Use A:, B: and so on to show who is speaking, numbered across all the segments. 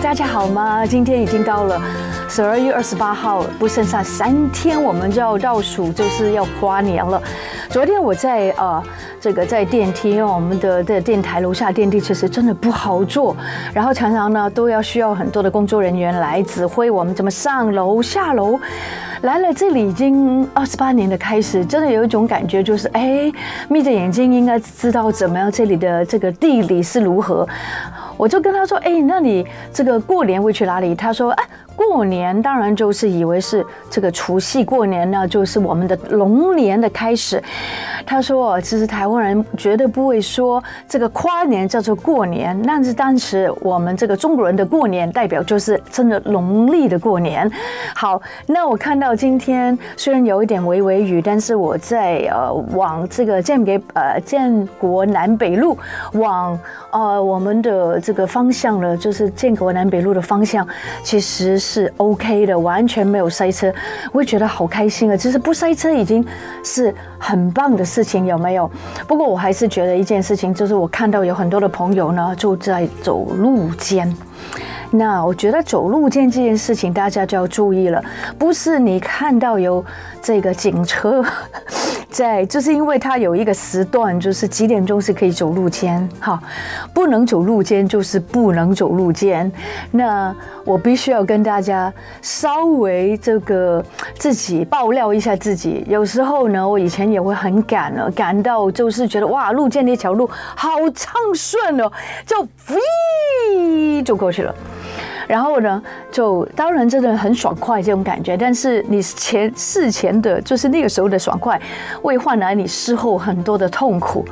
A: 大家好吗？今天已经到了十二月二十八号，不剩下三天，我们就要倒数，就是要跨年了。昨天我在呃这个在电梯，因为我们的的电台楼下电梯其实真的不好坐，然后常常呢都要需要很多的工作人员来指挥我们怎么上楼下楼。来了这里已经二十八年的开始，真的有一种感觉，就是哎，眯着眼睛应该知道怎么样这里的这个地理是如何。我就跟他说：“哎，那你这个过年会去哪里？”他说：“哎，过年当然就是以为是这个除夕过年呢，就是我们的龙年的开始。”他说：“其实台湾人绝对不会说这个跨年叫做过年，但是当时我们这个中国人的过年代表就是真的农历的过年。”好，那我看到今天虽然有一点微微雨，但是我在呃往这个建给呃建国南北路往呃我们的这个方向呢，就是建国南北路的方向，其实是 OK 的，完全没有塞车，我会觉得好开心啊！其实不塞车已经是很棒的事情，有没有？不过我还是觉得一件事情，就是我看到有很多的朋友呢就在走路肩。那我觉得走路间这件事情，大家就要注意了，不是你看到有这个警车 在，就是因为它有一个时段，就是几点钟是可以走路间，哈，不能走路间就是不能走路间。那我必须要跟大家稍微这个自己爆料一下自己，有时候呢，我以前也会很赶了，赶到就是觉得哇，路见那条路好畅顺哦，就 飞就过去了。然后呢，就当然真的很爽快这种感觉，但是你前事前的，就是那个时候的爽快，会换来你事后很多的痛苦。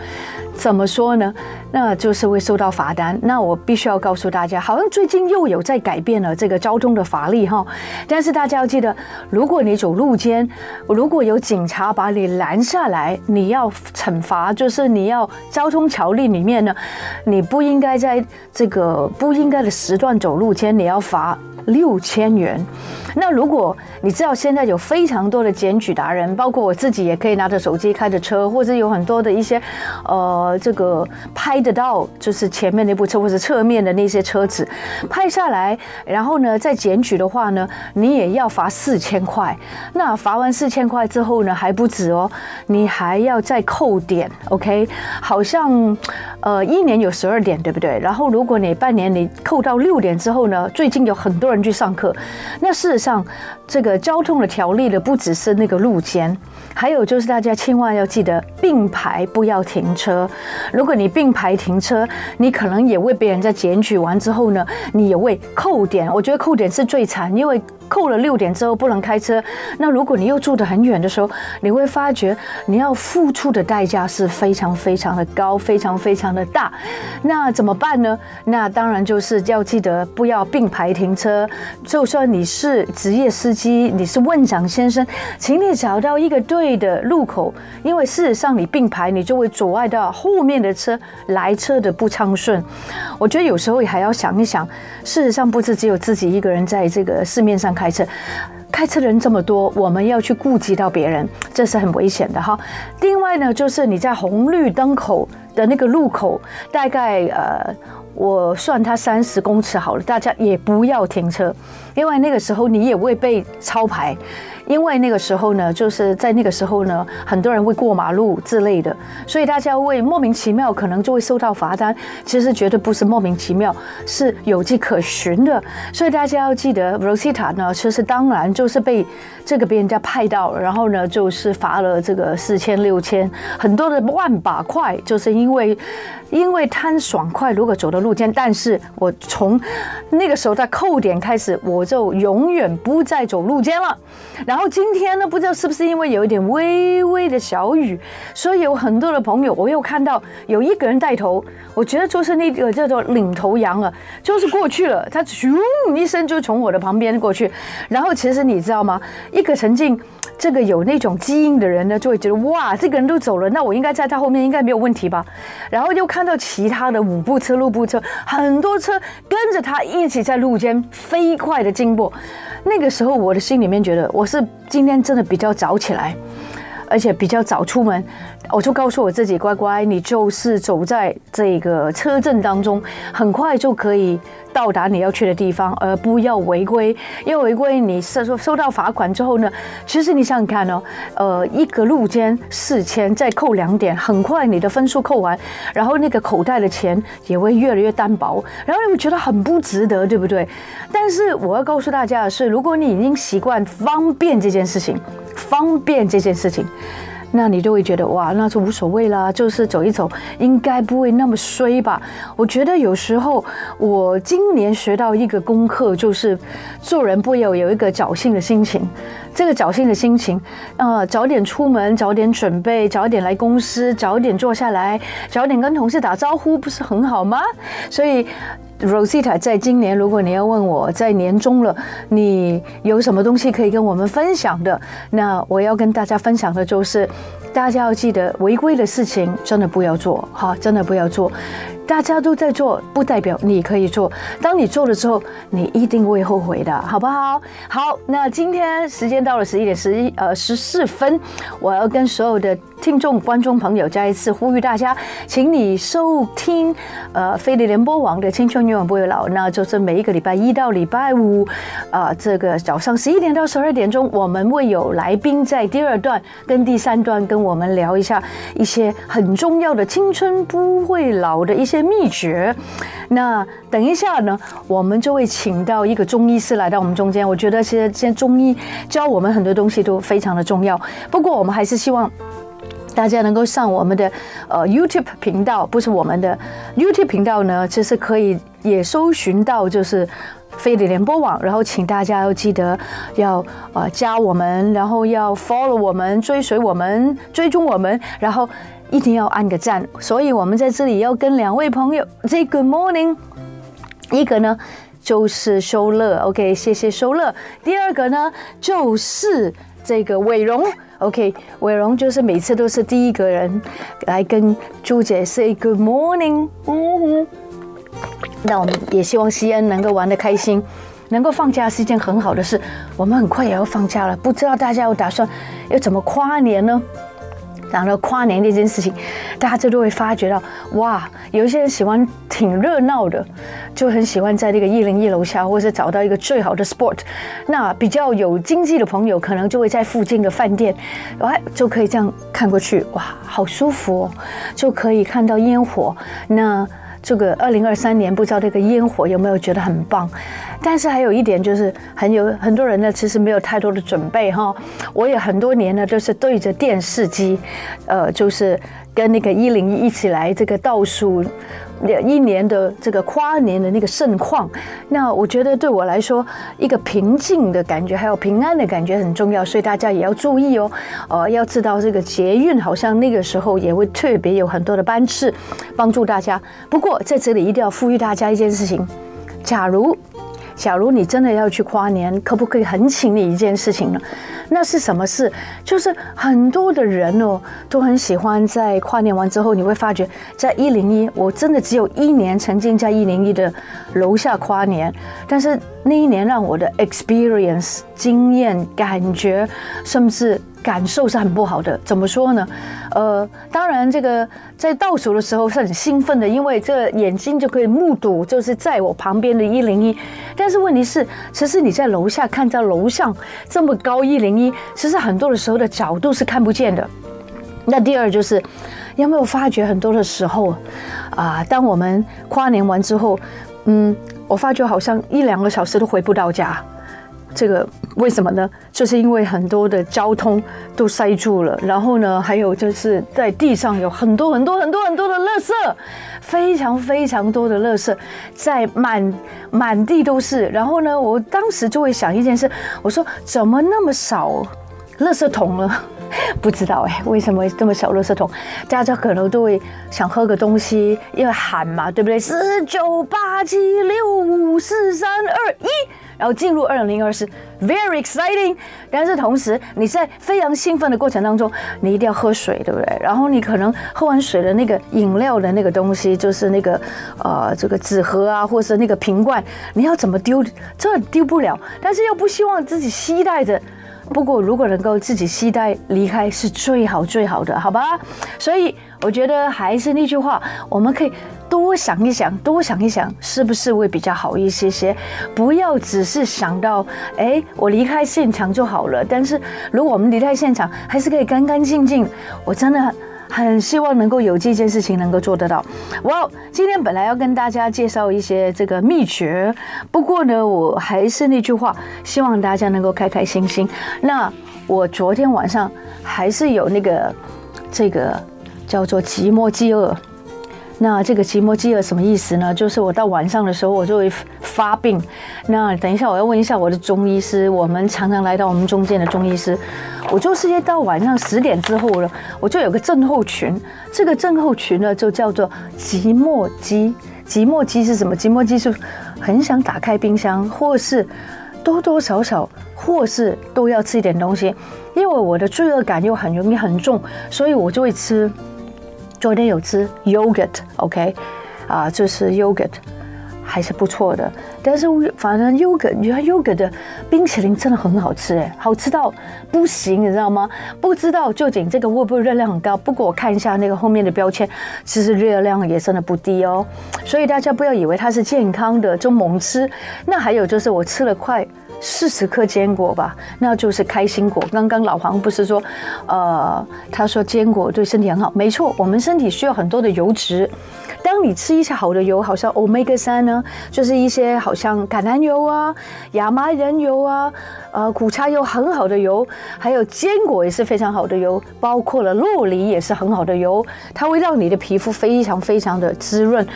A: 怎么说呢？那就是会收到罚单。那我必须要告诉大家，好像最近又有在改变了这个交通的法律哈。但是大家要记得，如果你走路间，如果有警察把你拦下来，你要惩罚，就是你要 交通条例里 面呢，你不应该在这个不应该的时段走路间，你要罚。六千元。那如果你知道现在有非常多的检举达人，包括我自己也可以拿着手机开着车，或者有很多的一些，呃，这个拍得到就是前面那部车或者侧面的那些车子拍下来，然后呢再检举的话呢，你也要罚四千块。那罚完四千块之后呢，还不止哦，你还要再扣点，OK？好像呃一年有十二点，对不对？然后如果你半年你扣到六点之后呢，最近有很多。人去上课，那事实上，这个交通的条例的不只是那个路肩，还有就是大家千万要记得并排不要停车。如果你并排停车，你可能也会被人家检举完之后呢，你也会扣点。我觉得扣点是最惨，因为扣了六点之后不能开车。那如果你又住得很远的时候，你会发觉你要付出的代价是非常非常的高，非常非常的大。那怎么办呢？那当然就是要记得不要并排停车。就算你是职业司机，你是问长先生，请你找到一个对的路口，因为事实上你并排，你就会阻碍到后面的车来车的不畅顺。我觉得有时候还要想一想，事实上不是只有自己一个人在这个市面上开车。开车的人这么多，我们要去顾及到别人，这是很危险的哈。另外呢，就是你在红绿灯口的那个路口，大概呃，我算它三十公尺好了，大家也不要停车，因为那个时候你也会被超牌。因为那个时候呢，就是在那个时候呢，很多人会过马路之类的，所以大家会莫名其妙，可能就会收到罚单。其实绝对不是莫名其妙，是有迹可循的。所以大家要记得，Rosita 呢，其实当然就是被这个被人家派到，然后呢就是罚了这个四千、六千，很多的万把块，就是因为因为贪爽快，如果走到路肩。但是我从那个时候在扣点开始，我就永远不再走路肩了，然后。然后今天呢，不知道是不是因为有一点微微的小雨，所以有很多的朋友，我又看到有一个人带头，我觉得就是那个叫做领头羊啊，就是过去了，他咻一声就从我的旁边过去。然后其实你知道吗？一个曾经这个有那种基因的人呢，就会觉得哇，这个人都走了，那我应该在他后面应该没有问题吧。然后又看到其他的五部车、六部车，很多车跟着他一起在路间飞快的经过。那个时候我的心里面觉得我是。今天真的比较早起来，而且比较早出门，我就告诉我自己，乖乖，你就是走在这个车阵当中，很快就可以到达你要去的地方，而不要违规。因为违规，你收收收到罚款之后呢，其实你想想看哦，呃，一个路肩四千，再扣两点，很快你的分数扣完，然后那个口袋的钱也会越来越单薄，然后你会觉得很不值得，对不对？但是我要告诉大家的是，如果你已经习惯方便这件事情，方便这件事情。那你就会觉得哇，那就无所谓啦，就是走一走，应该不会那么衰吧？我觉得有时候我今年学到一个功课，就是做人不要有一个侥幸的心情。这个侥幸的心情，呃，早点出门，早点准备，早点来公司，早点坐下来，早点跟同事打招呼，不是很好吗？所以。Rosita，在今年，如果你要问我在年终了，你有什么东西可以跟我们分享的？那我要跟大家分享的就是，大家要记得违规的事情真的不要做，哈，真的不要做。大家都在做，不代表你可以做。当你做了之后，你一定会后悔的，好不好？好，那今天时间到了十一点十一呃十四分，我要跟所有的听众、观众朋友再一次呼吁大家，请你收听呃飞碟联播网的《青春永远不会老》，那就是每一个礼拜一到礼拜五，啊、呃，这个早上十一点到十二点钟，我们会有来宾在第二段跟第三段跟我们聊一下一些很重要的青春不会老的一些。秘诀，那等一下呢，我们就会请到一个中医师来到我们中间。我觉得其实现在中医教我们很多东西都非常的重要，不过我们还是希望。大家能够上我们的呃 YouTube 频道，不是我们的 YouTube 频道呢，其实可以也搜寻到就是飞碟联播网，然后请大家要记得要呃加我们，然后要 follow 我们，追随我们，追踪我们，然后一定要按个赞。所以我们在这里要跟两位朋友 say good morning，一个呢。就是收乐，OK，谢谢收乐。第二个呢，就是这个伟荣，OK，伟荣就是每次都是第一个人来跟朱姐 say good morning，嗯哼。那我们也希望西恩能够玩得开心，能够放假是一件很好的事。我们很快也要放假了，不知道大家有打算要怎么跨年呢？然后跨年这件事情，大家就都会发觉到，哇，有一些人喜欢挺热闹的，就很喜欢在这个一零一楼下，或者找到一个最好的 sport。那比较有经济的朋友，可能就会在附近的饭店，哎，就可以这样看过去，哇，好舒服哦，就可以看到烟火。那这个二零二三年，不知道这个烟火有没有觉得很棒？但是还有一点就是很有很多人呢，其实没有太多的准备哈。我也很多年呢，都是对着电视机，呃，就是跟那个一零一一起来这个倒数呃一年的这个跨年的那个盛况。那我觉得对我来说，一个平静的感觉，还有平安的感觉很重要，所以大家也要注意哦。呃，要知道这个捷运好像那个时候也会特别有很多的班次帮助大家。不过在这里一定要呼吁大家一件事情，假如。假如你真的要去跨年，可不可以很请你一件事情呢？那是什么事？就是很多的人哦，都很喜欢在跨年完之后，你会发觉在一零一，我真的只有一年曾经在一零一的楼下跨年，但是那一年让我的 experience 经验、感觉，甚至。感受是很不好的，怎么说呢？呃，当然，这个在倒数的时候是很兴奋的，因为这眼睛就可以目睹，就是在我旁边的一零一。但是问题是，其实你在楼下看到楼上这么高一零一，其实很多的时候的角度是看不见的。那第二就是，有没有发觉很多的时候啊、呃，当我们跨年完之后，嗯，我发觉好像一两个小时都回不到家。这个为什么呢？就是因为很多的交通都塞住了，然后呢，还有就是在地上有很多很多很多很多的垃圾，非常非常多的垃圾，在满满地都是。然后呢，我当时就会想一件事，我说怎么那么少垃圾桶呢？ 不知道哎，为什么这么小垃圾桶？大家可能都会想喝个东西，因为喊嘛，对不对？四九八七六五四三二一，然后进入二零二四，very exciting。但是同时你在非常兴奋的过程当中，你一定要喝水，对不对？然后你可能喝完水的那个饮料的那个东西，就是那个呃这个纸盒啊，或是那个瓶罐，你要怎么丢？这丢不了，但是又不希望自己携带着。不过如果能够自己期待离开是最好最好的，好吧？所以我觉得还是那句话，我们可以多想一想，多想一想，是不是会比较好一些些？不要只是想到，哎，我离开现场就好了。但是如果我们离开现场，还是可以干干净净，我真的。很希望能够有这件事情能够做得到。哇、wow,，今天本来要跟大家介绍一些这个秘诀，不过呢，我还是那句话，希望大家能够开开心心。那我昨天晚上还是有那个这个叫做寂寞饥饿。那这个寂寞饥饿什么意思呢？就是我到晚上的时候，我就会发病。那等一下我要问一下我的中医师，我们常常来到我们中间的中医师，我就是到晚上十点之后呢，我就有个症候群。这个症候群呢，就叫做寂寞肌。寂寞肌是什么？寂寞肌是很想打开冰箱，或是多多少少，或是都要吃一点东西。因为我的罪恶感又很容易很重，所以我就会吃。昨天有吃 yogurt，OK，、okay? 啊，就是 yogurt 还是不错的。但是反正 yogurt，你看 yogurt 的冰淇淋真的很好吃哎，好吃到不行，你知道吗？不知道究竟这个会不会热量很高？不过我看一下那个后面的标签，其实热量也真的不低哦。所以大家不要以为它是健康的就猛吃。那还有就是我吃了快。四十颗坚果吧，那就是开心果。刚刚老黄不是说，呃，他说坚果对身体很好，没错，我们身体需要很多的油脂。当你吃一些好的油，好像 omega 三呢，就是一些好像橄榄油啊、亚麻仁油啊、呃苦茶油很好的油，还有坚果也是非常好的油，包括了洛梨也是很好的油，它会让你的皮肤非常非常的滋润。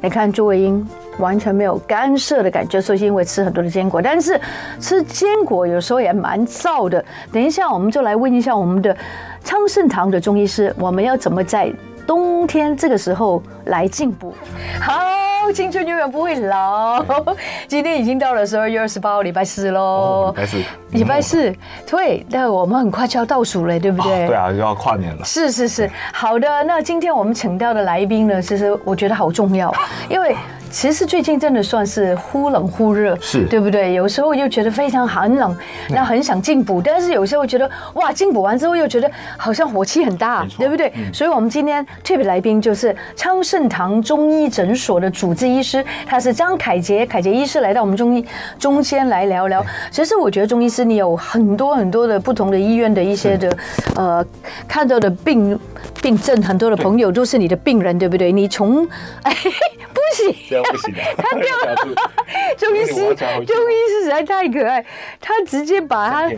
A: 你看朱慧英。完全没有干涉的感觉，所以因为吃很多的坚果，但是吃坚果有时候也蛮燥的。等一下我们就来问一下我们的昌盛堂的中医师，我们要怎么在冬天这个时候来进补？好。青春永远不会老。今天已经到了十二月二十八号，礼拜四喽。
B: 礼拜四，
A: 哦礼拜四，对，但我们很快就要倒数了，对不对？
B: 对啊，就要 跨年了。
A: 是是是，好的。那今天我们请到的来宾呢，其实我觉得好重 要，啊因为其实最近真的算是忽冷忽热，
B: 是
A: 对不对？有时候又觉得非常寒冷，那很想进补，但是有时候觉得哇，进补完之后又觉得好像火气很大，啊对不对？所以我们今天特别来宾就是昌盛堂中医诊所的主。主治医师，他是张凯杰，凯杰医师来到我们中医中间来聊聊。其实我觉得中医师你有很多很多的不同的医院的一些的呃看到的病病症，很多的朋友都是你的病人，对不对？你从哎不行，
B: 这样不行的，
A: 他掉了。 中医师，中医师实在太可爱，他直接把他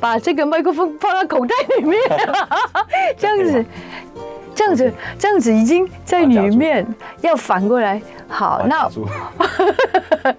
A: 把这个麦克风放到口袋里 面，这样子。这样子，这样子已经在里面，要反过来。好，那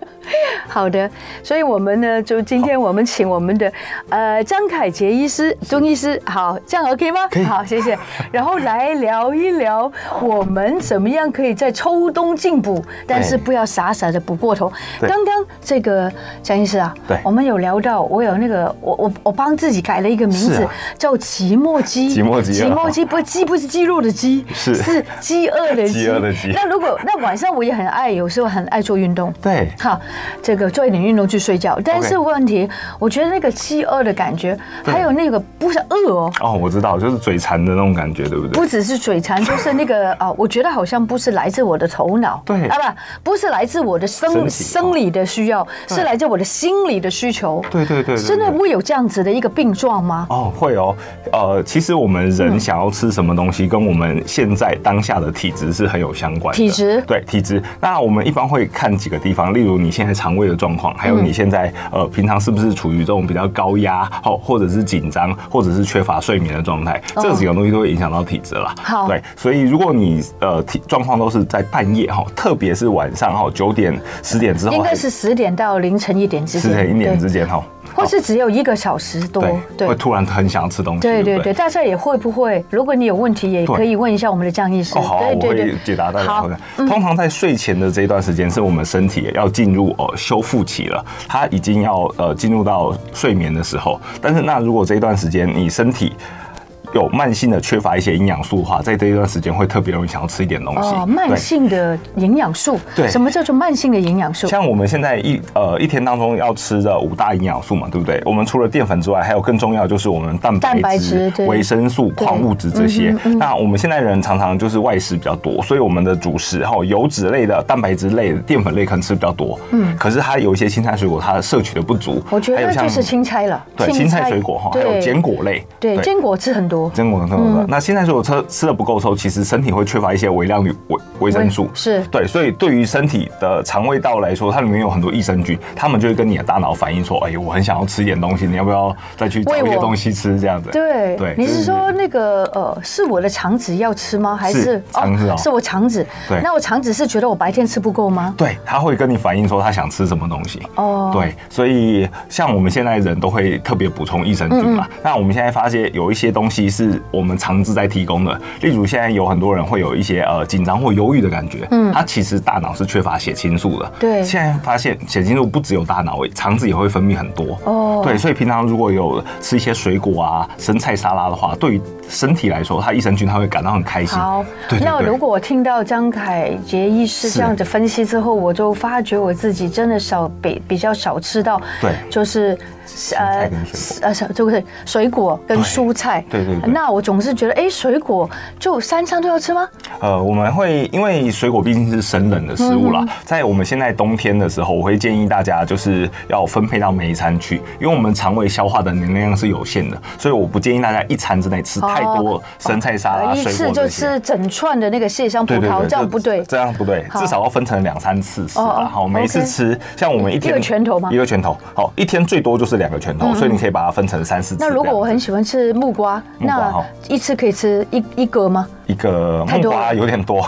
A: 好的，所以我们呢，就今天我们请我们的呃张凯杰医师、中医师，好，这样 OK 吗？好，谢 谢。然后来聊一聊我们怎么样可以在秋冬进补，但是不要傻傻的补过头。刚刚这个张医师啊，
B: 对，
A: 我们有聊到，我有那个，我我我帮自己改了一个名字，叫寂寞鸡。
B: 寂啊寞鸡，啊
A: 寂寞鸡，不鸡不是鸡肉的鸡，
B: 是
A: 是饥饿的饥。
B: 饥饿的饥。
A: 那如果那晚上我也很爱，有时候很爱做运动。
B: 对，
A: 好。这个做一点运动去睡觉，但是问题，我觉得那个饥饿的感觉，还有那个不是饿哦，
B: 哦，我知道，就是嘴馋的那种感觉，对不对？
A: 不只是嘴馋，就是那 个啊，我觉得好像不是来自我的头脑，
B: 对，
A: 啊不，不是来自我的生生理的需要，是来自我的心理的需求。
B: 对对对，
A: 真的会有这样子的一个病状吗？
B: 哦，会哦，呃，其实我们
A: 嗯
B: 人想要吃什么东西，跟我们现在当下的体质是很有相关的。
A: 体质，
B: 对体质。那我们一般会看几个地方，例如你现在肠。胃的状况，
A: 嗯
B: 还有你现在呃平常是不是处于这种比较高压，哦，或者是紧张，或者是缺乏睡眠的状态，这几个东西都会影响到体质啦。
A: 哦好，
B: 对，所以如果你呃体状况都是在半夜哈，特别是晚上哈九点十点之后，
A: 应该是十点到凌晨一点之间，
B: 十点一点之间哈。哦
A: 或是只有一个小时多，
B: 对，会突然很想吃东西。
A: 对对
B: 对，
A: 大家也会不会？如果你有问题，也可以问一下我们的江医师。
B: 哦好，我会解答大家。
A: 嗯
B: 通常在睡前的这一段时间，是我们身体要进入哦修复期了，它已经要呃进入到睡眠的时候。但是那如果这一段时间你身体有慢性的缺乏一些营养素的话，在这一段时间会特别容易想要吃一点东西。
A: 哦，慢
B: 对
A: 性的营养素，
B: 对
A: 什么叫做慢性的营养素？
B: 像我们现在一呃一天当中要吃的五大营养素嘛，对不对？我们除了淀粉之外，还有更重要的就是我们蛋
A: 蛋白
B: 白
A: 质
B: 质
A: 对、嗯
B: 维生素、
A: 对
B: 矿物质这些。那我们现在人常常就是外食比较多，所以我们的主食还有油脂类的、蛋白质类的、淀粉类可能吃比较多。嗯，可是它有一些青菜水果，它摄取的不足。
A: 我觉
B: 还有
A: 得
B: 像
A: 就是青菜了，
B: 对青菜水果哈，还
A: 对
B: 有坚果类，
A: 对嗯坚果吃很多，
B: 坚果等等等。那现在如果吃吃的不够的时候，其实身体会缺乏一些微量的维维生素
A: 维。是
B: 对，所以对于身体的肠胃道来说，它里面有很多益生菌，它们就会跟你的大脑反映说，哎、我很想要吃一点东西，你要不要再去找
A: 喂
B: 一些
A: 我
B: 东西吃这样子？
A: 对，
B: 对
A: 你
B: 就是是
A: 说那个呃，是我的肠子要吃吗？还
B: 是
A: 是
B: 肠子哦
A: 是我肠子。
B: 对
A: 那我肠子是觉得我白天吃不够吗？
B: 对，它会跟你反映说它想吃什么东西。
A: 哦，
B: 对，所以像我们现在人都会特别补充益生菌嘛。
A: 嗯
B: 那我们现在发现有一些东西是我们肠子在提供的，例如现在有很多人会有一些呃紧张或忧郁的感觉，嗯，它其实大脑是缺乏血清素的。
A: 对
B: 现在发现血清素不只有大脑，肠子也会分泌很多。
A: 哦
B: 对，所以平常如果有吃一些水果啊、生菜沙拉的话，对于身体来说，它益生菌它会感到很开心。
A: 好，
B: 对对
A: 那
B: 对
A: 如果我听到张凯杰医师
B: 是
A: 这样子分析之后，我就发觉我自己真的少比比较少吃到，
B: 对
A: 就是
B: 菜跟水
A: 呃是就是水果跟
B: 对
A: 蔬菜，
B: 对对对
A: 那我总是觉得，哎，水果就三餐都要吃吗？
B: 呃，我们会因为水果毕竟是生冷的食物
A: 嗯
B: 啦，在我们现在冬天的时候，我会建议大家就是要分配到每一餐去，因为我们肠胃消化的能量是有限的，所以我不建议大家一餐之内吃太多生菜沙拉、
A: 哦呃一
B: 啊水
A: 次
B: 果
A: 就
B: 这些。
A: 吃整串的那个蟹香葡
B: 对对
A: 萄，
B: 对，
A: 这样不对。
B: 这样不对，
A: 好
B: 至少要分成两三次吃
A: 哦
B: 啦
A: 哦。
B: 好，每一次
A: OK
B: 吃，像我们一天
A: 一个拳头吗嗯
B: 一个拳头，好，一天最多就是两个拳头，所以你可以把它分成三四次
A: 那
B: 这样。
A: 如果我很喜欢吃木瓜，
B: 木瓜
A: 那
B: 哈
A: 一次可以吃一一个吗？
B: 一个
A: 太
B: 木
A: 多
B: 瓜
A: 了
B: 有点多，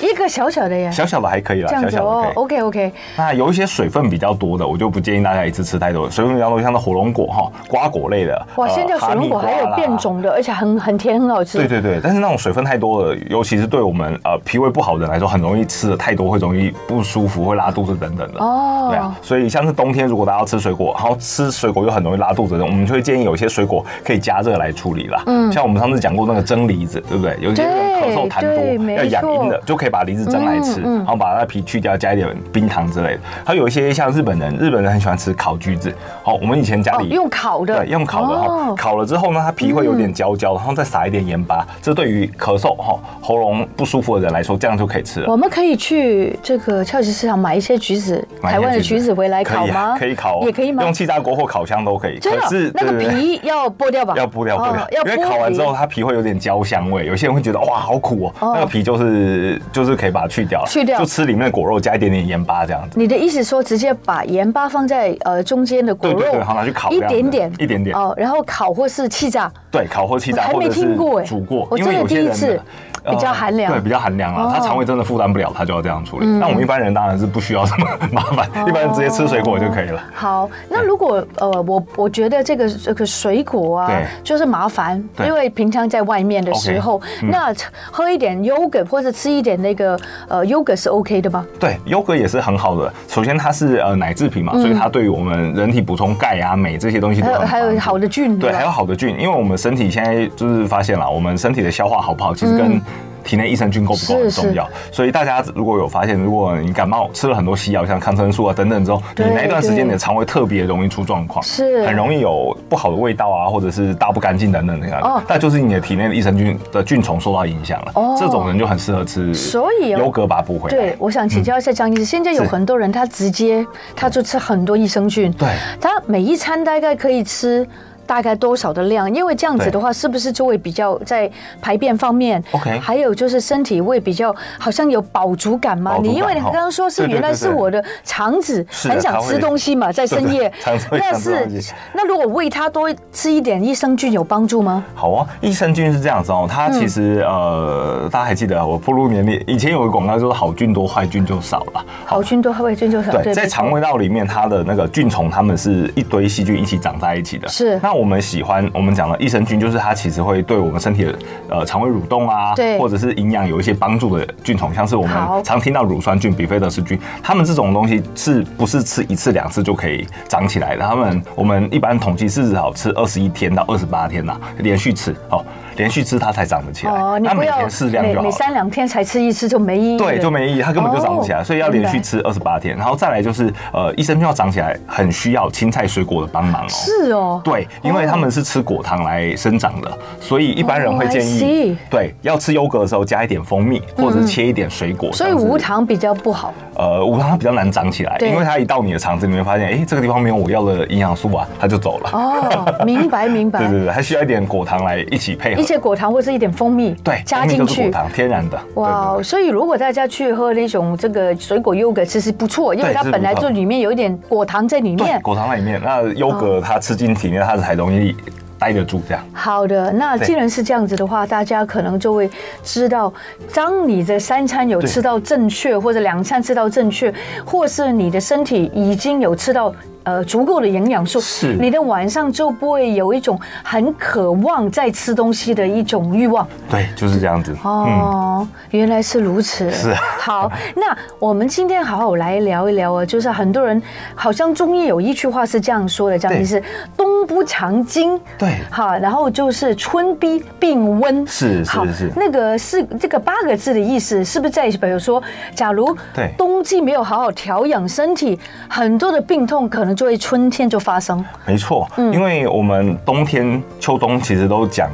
A: 一个小小的耶，
B: 小小的还可以啦，
A: 这样
B: 小
A: 子
B: 小的可
A: 哦
B: 以。
A: ，OK OK，
B: 那有一些水分比较多的，我就不建议大家一次吃太多。水分比较多，像那火龙果哈、瓜果类的，
A: 哇，
B: 呃
A: 现在水龙果还有变。
B: 哈密瓜啦
A: 种的，而且很很甜，很好吃。
B: 对对对，但是那种水分太多了，尤其是对我们呃脾胃不好的人来说，很容易吃的太多，会容易不舒服，会拉肚子等等的。
A: 哦
B: 对啊，所以像是冬天，如果大家要吃水果，然后吃水果又很容易拉肚子的，我们就会建议有些水果可以加热来处理啦。嗯，像我们上次讲过那个蒸梨子，对不对？有些人咳嗽痰
A: 对对
B: 多要养
A: 没
B: 阴
A: 错
B: 的，就可以把梨子蒸来吃，
A: 嗯嗯
B: 然后把它的皮去掉，加一点冰糖之类的。还有一些像日本人，日本人很喜欢吃烤橘子。哦，我们以前家
A: 哦，
B: 里
A: 用烤的，
B: 对，用烤的哈，
A: 哦，嗯
B: 烤了之后呢，它皮会有点焦焦，然后再撒一点盐巴，这对于咳嗽哈、喉咙不舒服的人来说，这样就可以吃了。
A: 我们可以去这个超级市场买一些橘子，
B: 买一
A: 台
B: 些
A: 湾的橘子回来
B: 可以
A: 烤吗？
B: 可以烤哦，
A: 也可以吗
B: 用？气炸锅或烤箱都可以。
A: 真
B: 可是
A: 的，那个
B: 对对对
A: 皮要剥掉吧？
B: 要剥掉，
A: 哦
B: 剥
A: 要
B: 掉，
A: 剥
B: 因为烤完之后
A: 皮
B: 它皮会有点焦香味，有些人会觉得哇好苦
A: 哦
B: 哦，那个皮就是就是可以把它去掉了，
A: 去掉
B: 就吃里面的果肉加一点点盐巴这样子。
A: 你的意思说，直接把盐巴放在呃中间的果
B: 对对
A: 肉，
B: 对好拿去烤
A: 一
B: 这样子
A: 点点，
B: 一点点
A: 哦，然后烤或是气炸，
B: 对，烤或气炸，
A: 我还
B: 或
A: 没
B: 者
A: 听
B: 是
A: 过哎
B: 煮过
A: 我，
B: 因
A: 真
B: 为
A: 的
B: 有些
A: 第一
B: 人
A: 次
B: 呢呃
A: 比较寒凉
B: 对，比较寒凉
A: 哦嗯
B: 啊，他肠胃真的负担不了，他就要这样处理。那我们一般人当然是不需要这么麻烦，
A: 哦
B: 一般人直接吃水果就可以了。
A: 好，那如果呃，我我觉得这个这个水果啊
B: 对，
A: 就是麻烦，
B: 对
A: 因为平常在外面的时候
B: OK，嗯
A: 那喝一点 yogurt 或者吃一点那个呃 yogurt 是 OK 的吗？
B: 对，优格也是很好的。首先它是呃奶制品嘛，所以它对于我们人体补充钙啊、镁这些东西都
A: 还有
B: 很
A: 嗯还有
B: 帮助
A: 好的菌
B: 对，
A: 吧
B: 还有好的菌，因为我们身体现在就是发现了，我们身体的消化好不好，其实跟体内益生菌够不
A: 嗯是
B: 够很
A: 是
B: 重要。所以大家如果有发现，如果你感冒吃了很多西药，像抗生素啊等等之后，你
A: 对
B: 那一段时
A: 对
B: 间你的肠胃特别容易出状况，
A: 是
B: 很容易有不好的味道啊，或者是大不干净等等这样
A: 哦
B: 的。那就是你的体内的益生菌的菌虫受到影响了
A: 哦，
B: 这种人就很适合吃
A: 所以哦
B: 优格把它补回来
A: 对，。我想请教一下张医师，现在有
B: 是
A: 很多人他直接他就吃很多益生菌，
B: 对
A: 他每一餐大概可以吃。大概多少的量？因为这样子
B: 对
A: 的话，是不是就会比较在排便方面
B: OK
A: 还有就是身体会比较好像有饱足感嘛？
B: 饱足
A: 你
B: 感
A: 因为你
B: 哈
A: 刚刚说是
B: 对对
A: 原来
B: 对
A: 是
B: 对
A: 我的肠子
B: 是的
A: 很想
B: 它会
A: 吃东西嘛，在深夜
B: 对对肠子，会
A: 那
B: 想吃
A: 是
B: 东西
A: 那如果喂它多吃一点益生菌有帮助吗？
B: 好啊，益生菌是这样子哦，它其实、呃，大家还记得我步入年龄，以前有个广告说好菌多，坏菌就少了。
A: 好菌多，坏菌就少。
B: 对，在
A: 没错
B: 肠胃道里面，它的那个菌虫，它们是一堆细菌一起长在一起的。
A: 是
B: 那我们喜欢我们讲了益生菌，就是它其实会对我们身体的呃肠胃蠕动啊，
A: 对
B: 或者是营养有一些帮助的菌种，像是我
A: 好
B: 们常听到乳酸菌、比菲德氏菌，它们这种东西是不是吃一次两次就可以长起来的？它们我们一般统计是至少吃二十一天到二十八天呐、连续吃哦，连续吃它才长得起来。
A: 哦，你
B: 啊那
A: 不
B: 每
A: 要
B: 天适量
A: 每
B: 就好
A: 每
B: 了。
A: 三两天才吃一次就没意义了，
B: 对，就没意义，它根本就长不起来，
A: 哦
B: 所以要连
A: 明
B: 续
A: 白
B: 吃二十八天，然后再来就是呃，益生菌要长起来，很需要青菜水果的帮忙哦。
A: 是哦，
B: 对，因为他们是吃果糖来生长的，所以一般人会建
A: 哦，I see 嗯
B: 议，对，要吃优格的时候加一点蜂蜜，或者是切一点水果。
A: 所以
B: 这样子
A: 无糖比较不好。
B: 呃，无糖它比较难长起来，
A: 对
B: 因为它一到你的肠子，你会发现，哎，这个地方没有我要的营养素啊，它就走了。
A: 哦，明白明
B: 对
A: 白。
B: 对对，它需要一点果糖来一起配合
A: 一。些果糖或是一点蜂蜜，
B: 对，
A: 加
B: 蜂蜜
A: 进
B: 就是
A: 去
B: 果。糖，天然的。对
A: 哇，
B: 对对
A: 所以如果大家去喝那种这个水果优格，其实不错，因为
B: 对
A: 它
B: 是
A: 本来
B: 不
A: 就
B: 错
A: 里面有一点果糖在里
B: 对，
A: 面。哦
B: 果糖在里面，那优格它吃进体内，它才容易待得住这样。
A: 好的，那
B: 对
A: 既然是这样子的话，大家可能就会知道，当你的三餐有
B: 对
A: 吃到正确，或者两餐吃到正确，或是你的身体已经有吃到。呃，足够的营养素，
B: 是
A: 你的晚上就不会有一种很渴望再吃东西的一种欲望。
B: 对，就是这样子。嗯
A: 哦，原来是如此。是好，那我们今天好好来聊一聊啊，就是很多人好像中医有一句话是这样说的，张医
B: 对
A: 师，冬不藏精。
B: 对
A: 好，然后就是春逼病温。
B: 是是
A: 好
B: 是
A: 那个是这个八个字的意思，是不是在比如说，假如
B: 对
A: 冬季没有好好调养身体，很多的病痛可能就会春天就发生。
B: 没错，
A: 嗯
B: 因为我们冬天、秋冬其实都讲。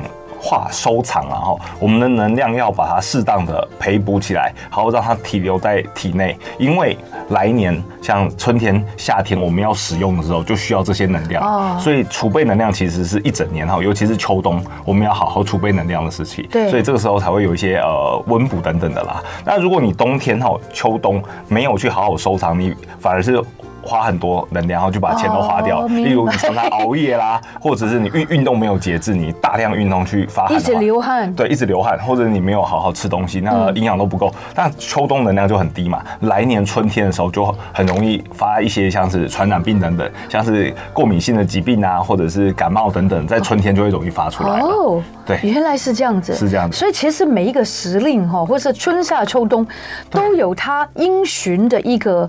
B: 话收藏啊，哈，我们的能量要把它适当的培补起来，然后让它停留在体内，因为来年像春天、夏天我们要使用的时候，就需要这些能量，
A: 哦
B: 所以储备能量其实是一整年哈，尤其是秋冬，我们要好好储备能量的时期，
A: 对
B: 所以这个时候才会有一些呃温补等等的啦。那如果你冬天哈、秋冬没有去好好收藏，你反而是花很多能量，然后就把钱都花掉，
A: 哦明白
B: 例如你常常熬夜啦， 或者是你运运动没有节制，你大量运动去发汗
A: 一
B: 的话，
A: 直流汗，嗯
B: 对，一直流汗，或者你没有好好吃东西，那营养都不够，那秋冬能量就很低嘛。来年春天的时候就很容易发一些像是传染病等等，像是过敏性的疾病啊，或者是感冒等等，在春天就会容易发出来了。
A: 哦，
B: 对
A: 原来是这样子，
B: 是这样子
A: 所以其实每一个时令哈，或是春夏秋冬，都有它应循的一个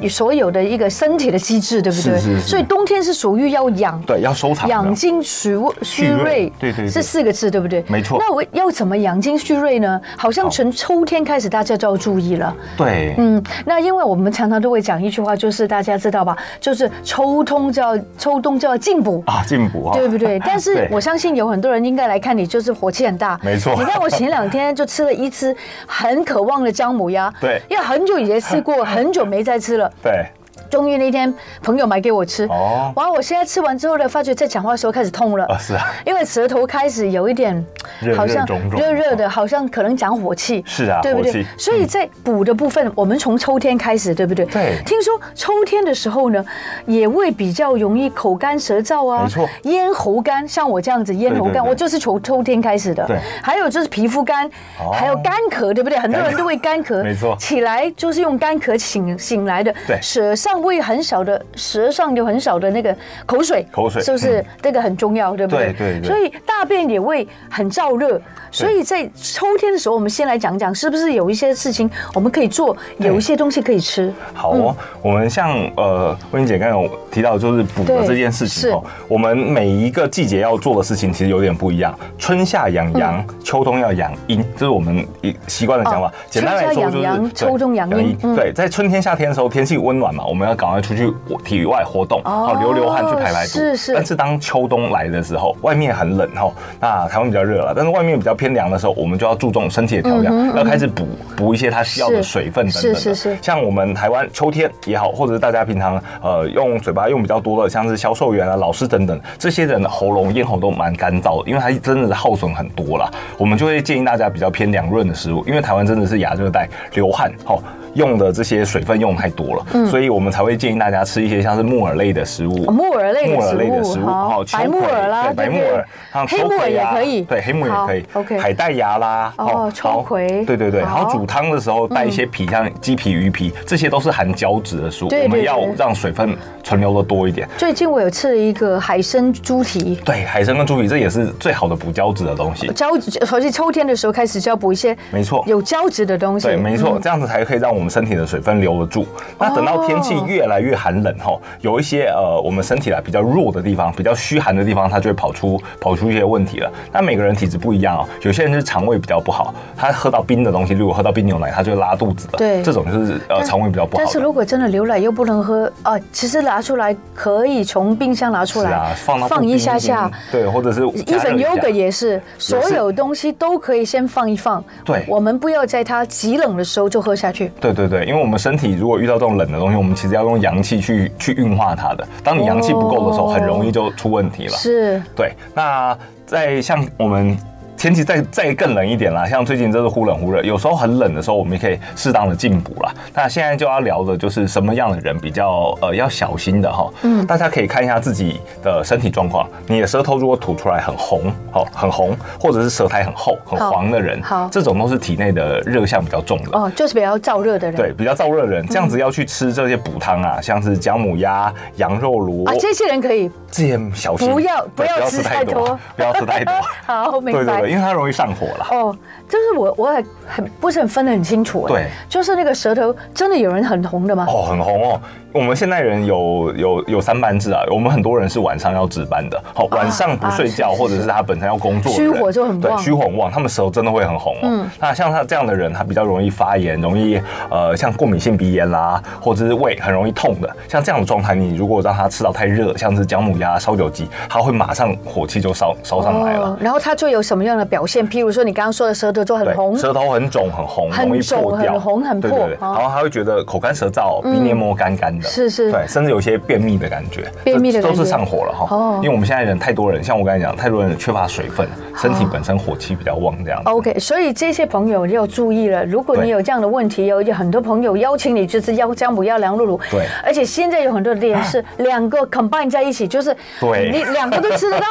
A: 呃所有的一个身体的机制，对不对？
B: 是是是
A: 所以冬天是属于要养。
B: 对，要收藏
A: 养
B: 的。
A: 精蓄锐蓄
B: 蓄锐
A: 锐，
B: 对对对
A: 是四个字，对不对？
B: 没错
A: 那我要怎么养精蓄锐呢？好像从秋天开始，大家就要注意了。
B: 对，
A: 嗯，那因为我们常常都会讲一句话，就是大家知道吧，就是秋冬就要秋冬就要进补
B: 啊，进补啊，
A: 对不 对？但是
B: 对
A: 我相信有很多人应该来看你，就是火气很大。
B: 没错
A: 你看我前两天就吃了一只很渴望的姜母鸭，
B: 对
A: 因为很久以前吃过，很久没再 吃了。
B: 对，
A: 终于那天朋友买给我吃，
B: 哦
A: 哇！我现在吃完之后呢，发觉在讲话的时候开始痛 了
B: 啊，是啊，
A: 因为舌头开始有一点
B: 热热
A: 好像
B: 肿肿
A: 热热的，好像可能讲火气，
B: 是啊
A: 对不
B: 火
A: 对
B: 气？
A: 所以在补的部分，我们从秋天开始，对不对？
B: 对
A: 听说秋天的时候呢，也会比较容易口干舌燥啊，
B: 没错
A: 咽喉干，像我这样子咽喉
B: 对对
A: 干，
B: 对
A: 我就是从秋天开始的。
B: 对
A: 还有就是皮肤干，
B: 哦
A: 还有干咳，对不对？很多人都会干咳，
B: 没错
A: 起来就是用干咳醒醒来的，
B: 对
A: 舌上会很少的，舌上有很少的那个口水，
B: 口水嗯
A: 是不是这个很重要，对不对？
B: 对对对
A: 所以大便也会很燥热，所以在秋天的时候，我们先来讲讲是不是有一些事情我们可以做，
B: 对
A: 有一些东西可以吃。
B: 好哦，
A: 嗯
B: 我们像呃，温姐刚才有提到，就是补的
A: 对
B: 这件事情哦。我们每一个季节要做的事情其实有点不一样，春夏养阳，秋冬要养阴，这是我们一习惯的讲
A: 嗯
B: 法
A: 哦。
B: 简单来
A: 春夏
B: 说
A: 养
B: 就是
A: 阳
B: 对
A: 秋冬养阴嗯
B: 对，在春天、夏天的时候，天气温暖嘛，我们要赶快出去体外活动，
A: 哦
B: 好流流汗去排排毒。
A: 是是
B: 但是当秋冬来的时候，外面很冷哈，那台湾比较热了，但是外面比较偏凉的时候，我们就要注重身体的调
A: 嗯哼嗯
B: 养，
A: 哼
B: 要开始补补一些它需要
A: 是
B: 的水分等等的。
A: 是是是
B: 像我们台湾秋天也好，或者是大家平常呃用嘴巴用比较多的，像是销售员啊、老师等等，这些人的喉咙、咽喉都蛮干燥的，因为它真的是耗损很多啦。我们就会建议大家比较偏凉润的食物，因为台湾真的是亚热带，流汗吼。用的这些水分用太多了，所以我们才会建议大家吃一些像是木耳类的食物，
A: 木耳类
B: 木耳类
A: 的
B: 的
A: 食
B: 食
A: 物，
B: 物，哦
A: 好，
B: 秋
A: 白木
B: 葵
A: 耳啦，
B: 对白木
A: 对
B: 耳，像
A: 黑
B: 秋
A: 木耳
B: 葵
A: 也
B: 啊
A: 可以，
B: 对，黑木耳
A: 好
B: 也可以
A: OK
B: 海带芽啦，
A: 哦
B: 好
A: 秋
B: 好
A: 葵
B: 对对对，然后
A: 好
B: 煮汤的时候带一些皮，像鸡皮、鱼皮，这些都是含胶质的食物，
A: 对
B: 我们
A: 对
B: 要
A: 对
B: 让水分存留的多一点。
A: 最近我有吃了一个海参猪蹄，
B: 对，海参跟猪皮这也是最好的补胶质的东西。
A: 胶，而且秋天的时候开始就要补一些，
B: 没错
A: 有胶质的东西。
B: 对，没错，这样子才可以让我们身体的水分留得住。那等
A: 哦
B: 到天气越来越寒冷后，有一些呃我们身体来比较弱的地方、比较虚寒的地方，它就会跑出跑出一些问题了。那每个人体质不一样哦，有些人是肠胃比较不好，他喝到冰的东西，如果喝到冰牛奶，他就会拉肚子的。
A: 对
B: 这种就是呃肠胃比较不好
A: 但
B: 的。
A: 是如果真的牛奶又不能喝啊，其实拿出来可以从冰箱拿出
B: 是
A: 来，
B: 啊，放到
A: 放
B: 冰
A: 一下
B: 冰
A: 下。
B: 对，或者是
A: 一粉 yogurt 也是，所有东西都可以先放一放。
B: 对
A: 我们不要在它极冷的时候就喝下去。
B: 对对对，因为我们身体如果遇到这种冷的东西，我们其实要用阳气去去运化它的。当你阳气不够的时候，
A: 哦
B: 很容易就出问题了。
A: 是，
B: 对，那在像我们。天气再再更冷一点啦，像最近真是忽冷忽热，有时候很冷的时候，我们也可以适当的进补啦。那现在就要聊的就是什么样的人比较呃要小心的哈。嗯，大家可以看一下自己的身体状况，你的舌头如果吐出来很红，哦，很红，或者是舌苔很厚、很
A: 好
B: 黄的人，
A: 好
B: 这种都是体内的热象比较重的。
A: 哦，嗯就是比较燥热的人。
B: 对，比较燥热的人，这样子要去吃这些补汤啊，像是姜母鸭、羊肉炉
A: 啊，这些人可以
B: 这些小心，
A: 不要
B: 对
A: 不要吃太多
B: 不要吃 太多。
A: 好明
B: 对对
A: 白
B: 对，。因为它容易上火啦。
A: 哦，就是我我很很不是很分得很清楚哎。
B: 对，
A: 就是那个舌头真的有人很红的吗？
B: 哦，很红哦。我们现代人有有有三班制啊，我们很多人是晚上要值班的，好、晚上不睡觉、
A: 啊是是
B: 或者是他本身要工作的
A: 虚
B: 人，
A: 火就很
B: 对
A: 旺嗯
B: 虚火很旺，他们舌头真的会很红哦。那像他这样的人，他比较容易发炎，容易呃像过敏性鼻炎啦，或者是胃很容易痛的，像这样的状态，你如果让他吃到太热，像是姜母鸭、烧酒鸡，他会马上火气就烧烧上来了。
A: 哦，然后它就有什么样的表现？譬如说你刚刚说的舌头就很红
B: 对，，舌头很肿、很红，
A: 很
B: 容易
A: 肿
B: 破掉，
A: 很红很
B: 对
A: 破
B: 对对，
A: 哦
B: 然后他会觉得口干舌燥、鼻黏膜干干的，
A: 是嗯是
B: 对，甚至有些便秘的感觉，
A: 便秘的
B: 这
A: 感觉
B: 都是上火了哈。
A: 哦
B: 因为我们现在人太多人，像我刚才讲，太多人缺乏水分，身体本身火气比较旺这样子。
A: 哦 OK，所以这些朋友要注意了。如果你
B: 对
A: 有这样的问题，有有很多朋友邀请你就是要姜母鸭、梁露露。
B: 对
A: 而且现在有很多店 是两个 combine 在一起，就是
B: 对
A: 你两个都吃 得到，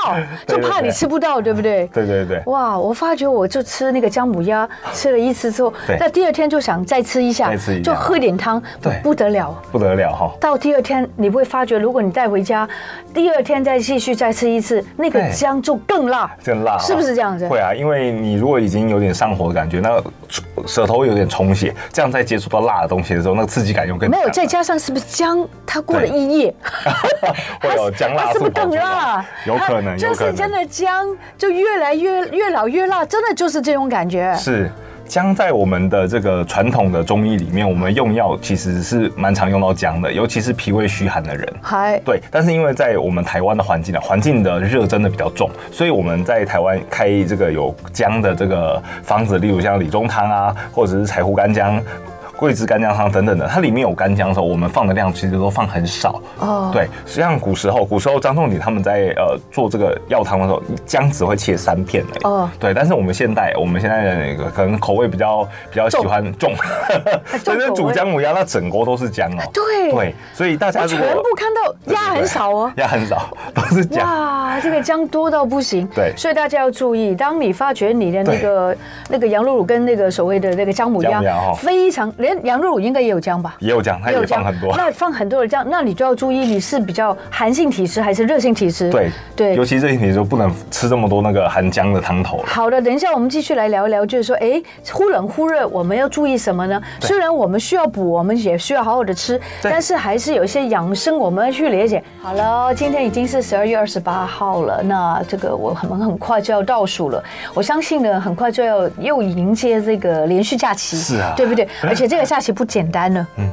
B: 对
A: 就
B: 对
A: 怕你吃不到，对不对？
B: 对对对。
A: 哇！我发觉我就吃那个姜母鸭，吃了一次之后
B: 对，
A: 那第二天就想再吃一下
B: 再吃一，下
A: 就喝点汤，不
B: 对
A: 不得了。
B: 不得了哈！
A: 到第二天，你会发觉，如果你带回家，第二天再继续再吃一次，那个
B: 对
A: 姜就更辣，
B: 真辣哦，
A: 是不是这样子？
B: 会啊，因为你如果已经有点上火的感觉，那舌头有点充血，这样在接触到辣的东西的时候，那个刺激感又 更
A: 没有，
B: 强
A: 再加上是不是姜它过了
B: 对
A: 一夜，
B: 会有姜辣
A: 它是不
B: 素
A: 是
B: 跑
A: 更
B: 出
A: 辣
B: 来？，有可能，
A: 它
B: 有
A: 就
B: 可
A: 是
B: 能。
A: 真的姜就越来越越老越辣，真的就是这种感觉。
B: 是姜在我们的这个传统的中医里面，我们用药其实是蛮常用到姜的，尤其是脾胃虚寒的人。
A: 还
B: 对，但是因为在我们台湾的环境呢，环境的热真的比较重，所以我们在台湾开这个有姜的这个方子，例如像李中汤啊，或者是柴胡干姜。桂枝干姜汤等等的，它里面有干姜的时候，我们放的量其实都放很少。
A: 哦
B: 对，实际上古时候，古时候张仲景他们在呃做这个药汤的时候，姜只会切三片而已。
A: 哦
B: 对，但是我们现代，我们现在的那个可能口味比较比 较喜
A: 重
B: 欢重，所以那
A: 重口
B: 煮
A: 味啊
B: 姜母鸭那整锅都是姜哦。
A: 对
B: 对，所以大家
A: 我
B: 如
A: 全
B: 果
A: 部看到鸭很少哦。
B: 鸭很少，都是 姜。
A: 哇，这个姜多到不行，
B: 对
A: 所以大家要注意，当你发觉你的那
B: 对
A: 个那个羊肉乳跟那个所谓的那个姜母
B: 姜
A: 鸭
B: 母鸭哦
A: 非常，连羊肉乳应该也有姜吧？
B: 也有姜，它
A: 没有
B: 也放
A: 姜
B: 很多。
A: 那放很多的姜，那你就要注意你是比较寒性体质还是热性体质。
B: 对
A: 对
B: 尤。其这些你就不能吃这么多那个含姜的汤头了。
A: 好的，等一下我们继续来聊一聊，就是说，哎，忽冷忽热，我们要注意什么呢？虽然我们需要补，我们也需要好好的吃，
B: 对
A: 但是还是有一些养生我们要去理解。好了，今天已经是十二月二十八号了，那这个我很很快就要倒数了，我相信呢，很快就要又迎接这个连续假期，
B: 是啊
A: 对不对？而且这个假期不简单呢，嗯，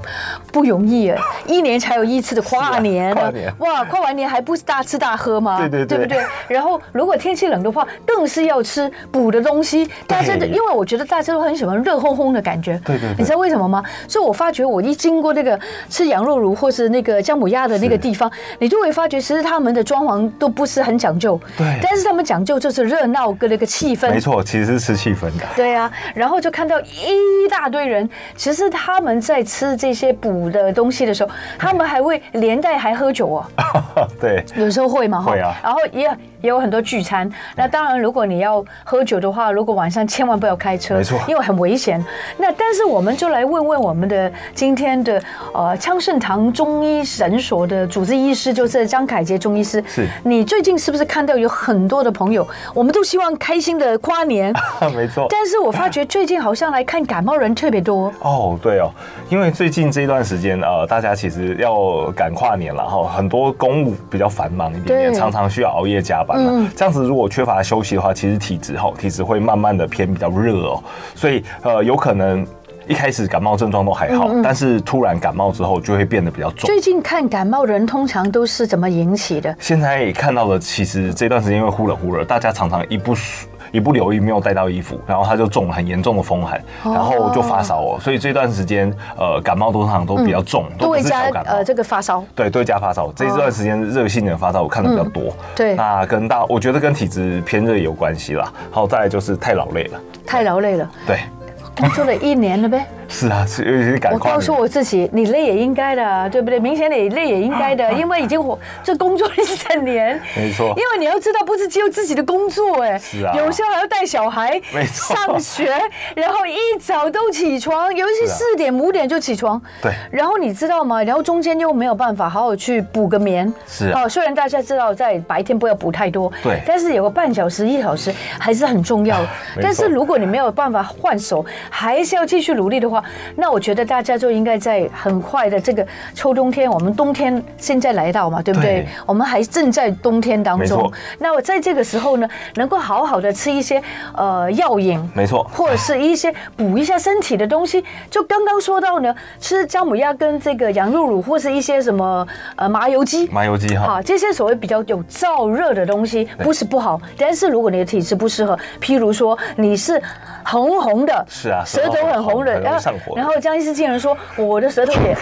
A: 不容易哎，一年才有一次的跨年呢，
B: 啊跨年
A: 哇，跨完年还不是大吃大喝吗？
B: 对对
A: 对
B: 对
A: 不对？然后如果天气冷的话，更是要吃补的东西。大家的，因为我觉得大家都很喜欢热烘烘的感觉。
B: 对对对
A: 你知道为什么吗？所以我发觉我一经过那个吃羊肉炉或是那个姜母鸭的那个地方，你就会发觉，其实他们的装潢都不是很讲究。
B: 对
A: 但是他们讲究就是热闹跟那个气氛。
B: 没错，其实是吃气氛的。
A: 对啊，然后就看到一大堆人，其其实他们在吃这些补的东西的时候，他们还会连带还喝酒哦，
B: 对，
A: 有时候会嘛哈
B: 会啊
A: 然后也也有很多聚餐。那当然，如果你要喝酒的话，如果晚上千万不要开车，
B: 没错
A: 因为很危险。那但是我们就来问问我们的今天的呃昌盛堂中医诊所的主治医师，就是张凯杰中医师。
B: 是
A: 你最近是不是看到有很多的朋友，我们都希望开心的跨 年，
B: 没错。
A: 但是我发觉最近好像来看感冒人特别多。
B: 哦，对哦，因为最近这段时间，呃，大家其实要赶跨年了哈，很多公务比较繁忙一点
A: 对
B: 点，常常需要熬夜加班嘛。
A: 嗯
B: 这样子如果缺乏休息的话，其实体质哈，体质会慢慢的偏比较热哦，所以呃，有可能一开始感冒症状都还
A: 嗯
B: 好，但是突然感冒之后就会变得比较重。
A: 最近看感冒人通常都是怎么引起的？
B: 现在看到的，其实这段时间因为忽冷忽热，大家常常一不舒一不留意没有带到衣服，然后他就中了很严重的风寒，然后就发烧哦。所以这段时间，呃，感冒通常都比较重，都
A: 都
B: 不
A: 会
B: 是
A: 加
B: 小感冒
A: 呃。这个发烧。
B: 对，对加发烧，这段时间热性的发烧我看的比较多。
A: 嗯对
B: 那跟大，我觉得跟体质偏热也有关系啦。好，再来就是太劳累了。
A: 太劳累了，
B: 对，
A: 工作了一年了呗。
B: 是啊，是尤其是赶
A: 我
B: 快
A: 告诉我自己，你累也应该的啊，对不对？明显你累也应该的，因为已经我这工作了一整年。
B: 啊 没错
A: 因为你要知道，不是只有自己的工作哎，
B: 是啊
A: 有时候还要带小孩
B: 没错
A: 上学，然后一早都起床，尤其
B: 是啊
A: 四点五点就起床。
B: 对
A: 然后你知道吗？然后中间又没有办法好好去补个眠。
B: 是啊
A: 哦，虽然大家知道在白天不要补太多，
B: 对
A: 但是有个半小时、一小时还是很重要的。
B: 没错
A: 但是如果你没有办法换手，还是要继续努力的话，那我觉得大家就应该在很快的这个秋冬天，我们冬天现在来到嘛，对不对？
B: 对
A: 我们还正在冬天当
B: 没
A: 中
B: 错。
A: 那我在这个时候呢，能够好好的吃一些呃药引，
B: 没错
A: 或者是一些补一下身体的东西。就刚刚说到呢，吃姜母鸭跟这个羊肉乳，或是一些什么呃麻油鸡。
B: 麻油鸡哈
A: 啊，，这些所谓比较有燥热的东西不是不好，但是如果你的体质不适合，譬如说你是红红的，
B: 是啊
A: 舌头
B: 舌头
A: 很
B: 很
A: 红
B: 红
A: 的，
B: 很容易
A: 然后
B: 上火的
A: 然后江医师竟然说我的舌头也，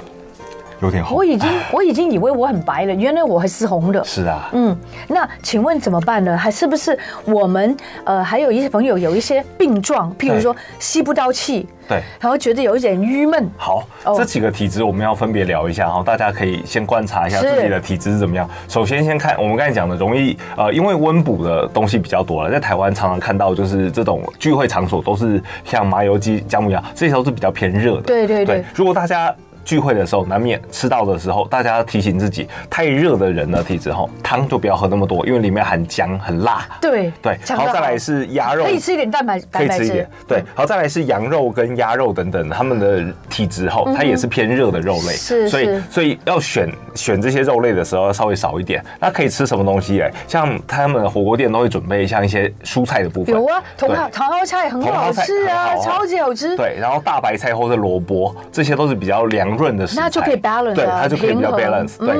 B: 有点厚
A: 我。已经 我已经以为我很白了，原来我还是红的。
B: 是啊，
A: 嗯，那请问怎么办呢？还是不是我们呃，还有一些朋友有一些病状，譬如
B: 对
A: 说吸不到气，
B: 对。
A: 然后觉得有一点郁闷，
B: 好
A: 哦，
B: 这几个体质我们要分别聊一下哈，大家可以先观察一下自己
A: 是
B: 的体质是怎么样。首先先看我们刚才讲的，容易呃，因为温补的东西比较多了，在台湾常常看到就是这种聚会场所都是像麻油鸡、姜母鸭，这些都是比较偏热的。
A: 对对对
B: 如果大家聚会的时候，难免吃到的时候，大家提醒自己，太热的人的体质吼，汤就不要喝那么多，因为里面含姜，很辣。
A: 对
B: 对，
A: 讲
B: 然
A: 得
B: 后再
A: 好
B: 来是鸭肉，
A: 可以吃一点蛋白
B: 可
A: 蛋
B: 以
A: 白
B: 吃一
A: 质
B: 点，，对，
A: 嗯
B: 然后再来是羊肉跟鸭肉等等，它们的体质后，它也是偏热的肉类，
A: 嗯是
B: 所
A: 是
B: 以所以要选选这些肉类的时候要稍微少一点。那可以吃什么东西？哎，像他们火锅店都会准备像一些蔬菜的部分，
A: 有啊，茼
B: 对
A: 蒿茼蒿菜很
B: 茼蒿
A: 好
B: 菜
A: 吃啊，
B: 很好啊
A: 超级好吃。
B: 对，然后大白菜或者萝卜，这些都是比较凉润的食材，
A: 那就可以 balance
B: 对，
A: 啊
B: 它就可以比较
A: 平衡嗯
B: balance，对，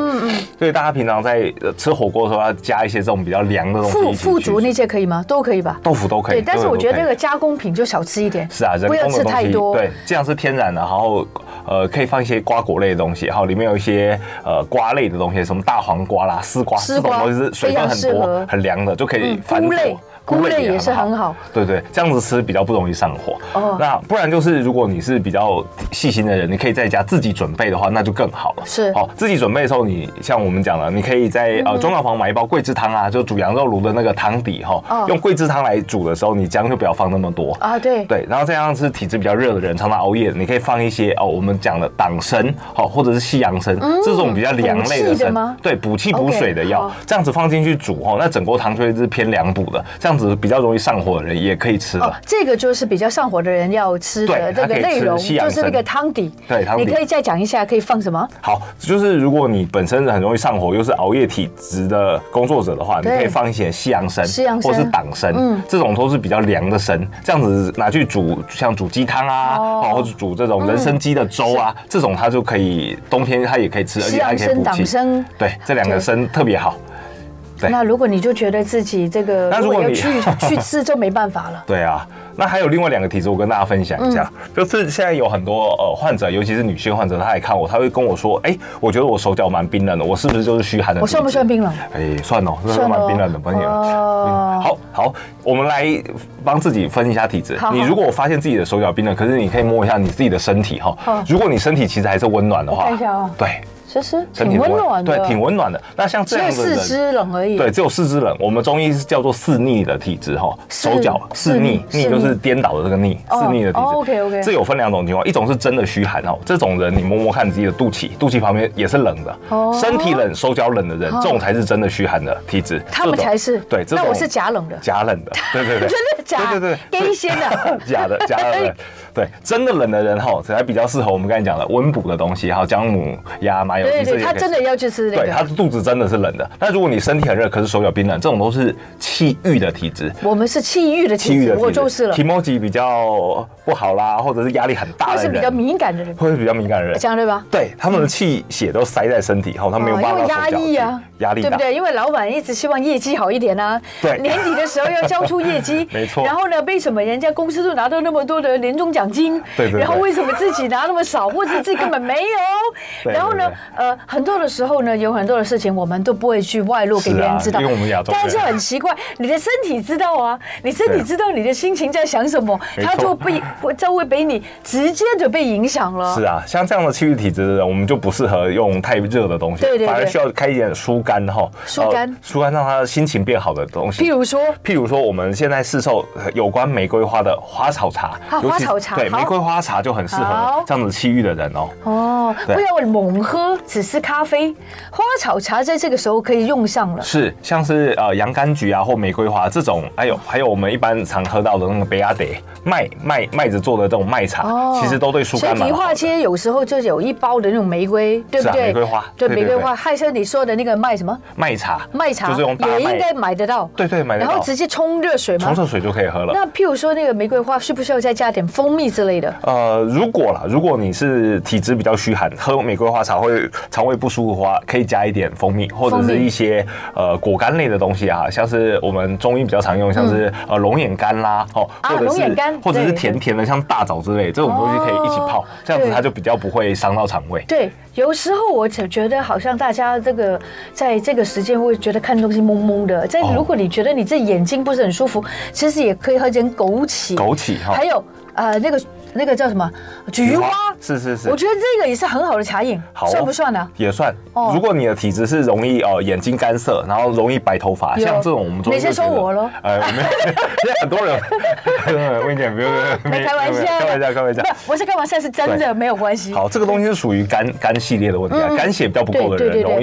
B: 所以大家平常在呃吃火锅的时候要加一些这种比较凉的东西
A: 富
B: 一起
A: 富
B: 去
A: 足那些可以吗？都可以吧。
B: 豆腐都可以，
A: 对，但是
B: 豆腐
A: 我
B: 都
A: 觉得
B: 可以
A: 那个加工品就少吃一点，
B: 是啊，人
A: 不
B: 工的
A: 要
B: 东
A: 吃
B: 西，
A: 太多。
B: 对，这样是天然的，然后呃可以放一些瓜果类的东西，然后里面有一些呃瓜类的东西，什么大黄瓜啦、丝瓜，
A: 丝
B: 这种
A: 瓜
B: 东西是水分
A: 非
B: 很
A: 常适合
B: 多、很凉的，就可以
A: 嗯
B: 翻
A: 菇
B: 煮
A: 类菇类也是很好，
B: 对对，这样子吃比较不容易上火。
A: 哦
B: 那不然就是如果你是比较细心的人，你可以在家自己准备的话，那就更好了。
A: 是嗯
B: 好，自己准备的时候，你像我们讲了，你可以在呃中药房买一包桂枝汤啊，就煮羊肉炉的那个汤底
A: 哦
B: 哈，用桂枝汤来煮的时候，你姜就不要放那么多
A: 啊，对，
B: 对，然后再加上是体质比较热的人，常常熬夜，你可以放一些哦，我们讲的党参，好、或者是西洋参、这种比较凉
A: 嗯
B: 类
A: 补
B: 的
A: 气的
B: 参
A: 吗，
B: 对，补气补水的
A: OK，
B: 药
A: 好
B: 这样子放进去煮哦，那整锅汤就会是偏凉补的，这样子比较容易上火的人也可以吃了。
A: 哦，这个就是比较上火的人要吃的
B: 对
A: 这
B: 它
A: 个
B: 可以吃
A: 内容，
B: 西洋
A: 就是那
B: 参
A: 个汤底。
B: 对汤底
A: 你可以再讲一下，可以放什么？
B: 好，就是如果你本身很容易上火，又是熬夜体质的工作者的话，你
A: 对
B: 可以放一些西洋参，
A: 西洋参嗯
B: 或是党参，这种都是比较凉的参，这样子拿去煮，像煮鸡汤啊，
A: 哦
B: 哦，或者煮这种人参鸡的粥啊，这种它就可以冬天它也可以吃，而
A: 西
B: 且它
A: 洋
B: 也可以
A: 参、
B: 补
A: 党
B: 气。
A: 参，
B: 对，这两个参特别好。对
A: 那如果你就觉得自己这个，
B: 那如果
A: 要
B: 你
A: 去去吃就没办法了。
B: 对啊，那还有另外两个体质，我跟大家分享一下，
A: 嗯
B: 就是现在有很多呃患者，尤其是女性患者，她来看我，她会跟我说，哎、我觉得我手脚蛮冰冷的，我是不是就是虚寒的？
A: 我算不算？冰冷？
B: 哎、算哦，那蛮冰冷的，不
A: 算
B: 冷。
A: 哦
B: 好好，我们来帮自己分一下体质
A: 好。好
B: 你如果发现自己的手脚冰冷，可是你可以摸一下你自己的身体
A: 好
B: 哈。如果你身体其实还是温暖的
A: 我
B: 话
A: 看一下哦，
B: 对，
A: 其实
B: 身
A: 挺
B: 体
A: 温暖的，
B: 对，挺温暖的。那像这
A: 只有
B: 样的
A: 四
B: 人，
A: 肢冷而已。
B: 对，只有四肢冷。我们中医是叫做四逆的体质哈，
A: 四
B: 手脚
A: 四
B: 四
A: 逆
B: 逆，逆
A: 四逆
B: 就是颠倒的这个逆，
A: 哦
B: 四逆的体质。
A: 哦，OK，OK
B: 这有分两种情况，一种是真的虚寒哦，这种人你摸摸看你自己的肚脐，肚脐旁边也是冷的
A: 哦，
B: 身体冷、手脚冷的人，这种才是真的虚寒的体质。
A: 他们
B: 这种
A: 才是
B: 对，这
A: 那
B: 种
A: 我是假冷的，
B: 假冷的，对对 对，
A: 真的假？
B: 对对对，
A: 给一些 的。哎
B: 假的，假的人，对，真的冷的人哈，才比较适合我们刚才讲的温补的东西，还有姜母鸭、麻油鸡
A: 对
B: 这
A: 对，
B: 些。
A: 他真的要去吃那
B: 对，他
A: 个。
B: 的肚子真的是冷的。那如果你身体很热，可是手脚冰冷，这种都是气郁的体质。
A: 我们是气郁的
B: 气
A: 体
B: 郁
A: 质，
B: 的体质，
A: 我就是了
B: 体，貌级比较不好啦，或者是压力很大
A: 我
B: 的
A: 是
B: 人，
A: 比较敏感的人，
B: 会比较敏感的人
A: 这，样对吧？
B: 对他们的气血都塞在身体后，他没有
A: 哦
B: 办法
A: 因为
B: 到
A: 压
B: 手脚
A: 抑啊，
B: 去压力
A: 对不
B: 大。
A: 对？因为老板一直希望业绩好一点啊，
B: 对
A: 年底的时候要交出业绩，
B: 没错
A: 然后呢，为什么人家公司都拿到那么多的年终奖金，
B: 对对对
A: 然后为什么自己拿那么少，或者自己根本没有？
B: 对对对
A: 然后呢，呃，很多的时候呢，有很多的事情我们都不会去外露给
B: 是啊
A: 别人知道，
B: 因为我们亚洲人
A: 但是很奇怪，你的身体知道啊，你身体
B: 对
A: 知道你的心情在想什么，
B: 没错
A: 它就被就会被你直接的被影响了。
B: 是啊，像这样的气郁体质的人，我们就不适合用太热的东西，
A: 对对对
B: 反而需要开一点疏肝哈，
A: 疏肝
B: 呃疏肝让他心情变好的东西。
A: 譬如说，
B: 譬如说，我们现在市售呃有关玫瑰花的花草茶，
A: 啊
B: 尤其
A: 花草茶
B: 对
A: 好
B: 玫瑰花茶就很适
A: 好
B: 合这样子气郁的人哦。
A: 哦，
B: 对
A: 不要猛喝，只是咖啡、花草茶在这个时候可以用上了。
B: 是，像是呃洋甘菊啊或玫瑰花这种，还有还有我们一般常喝到的那个贝亚德麦麦麦子做的这种麦茶，其实都对疏
A: 所
B: 肝
A: 以
B: 蛮
A: 迪
B: 好
A: 化
B: 的。
A: 街有时候就有一包的那种玫瑰，对不
B: 是啊
A: 对？
B: 玫瑰花
A: 对
B: 对
A: 玫瑰
B: 对对
A: 花，还有你说的那个卖什么
B: 麦茶，
A: 卖茶，
B: 就是用大
A: 也应该
B: 麦，
A: 买得到。
B: 对对买得
A: 然后
B: 到
A: 直接冲热水
B: 冲
A: 吗？
B: 热水就可以喝了。
A: 那譬如说那个玫瑰花，需不需要再加点蜂蜜之类的？
B: 呃，如果啦，如果你是体质比较虚寒，喝玫瑰花茶会肠胃不舒服的话，可以加一点蜂蜜或者
A: 蜂
B: 是
A: 蜜
B: 一些呃果干类的东西啊，像是我们中医比较常用，像是、呃龙眼干啦，哦，
A: 啊
B: 或者
A: 龙眼
B: 是
A: 干
B: 或者
A: 对
B: 是甜甜的，像大枣之类，这种东西可以一起泡，
A: 哦
B: 这样子
A: 对
B: 它就比较不会伤到肠胃。
A: 对，有时候我只觉得好像大家这个在这个时间会觉得看东西懵懵的。但
B: 哦
A: 如果你觉得你这眼睛不是很舒服，其实也可以喝点枸杞。
B: 枸杞哈
A: 还，有呃那个那个叫什么菊花。
B: 是是是
A: 我，觉得这个也是很好的茶饮，
B: 好哦
A: 算不算呢、
B: 也算
A: 哦。
B: 如果你的体质是容易哦眼睛干涩，然后容易白头发，
A: 有
B: 像这种我们中医
A: 你先
B: 就觉得
A: 说我咯
B: 哎，我没有， 现在很多人， 我跟你讲，不 用，不
A: 没
B: 用
A: 开玩笑的，
B: 哎开玩笑，开玩笑
A: 不。，我是开玩笑，是真的，
B: 对
A: 没有关系。
B: 好，这个东西是属于肝肝系列的问题啊，肝血比较不够的
A: 对嗯对
B: 人
A: 对对
B: 容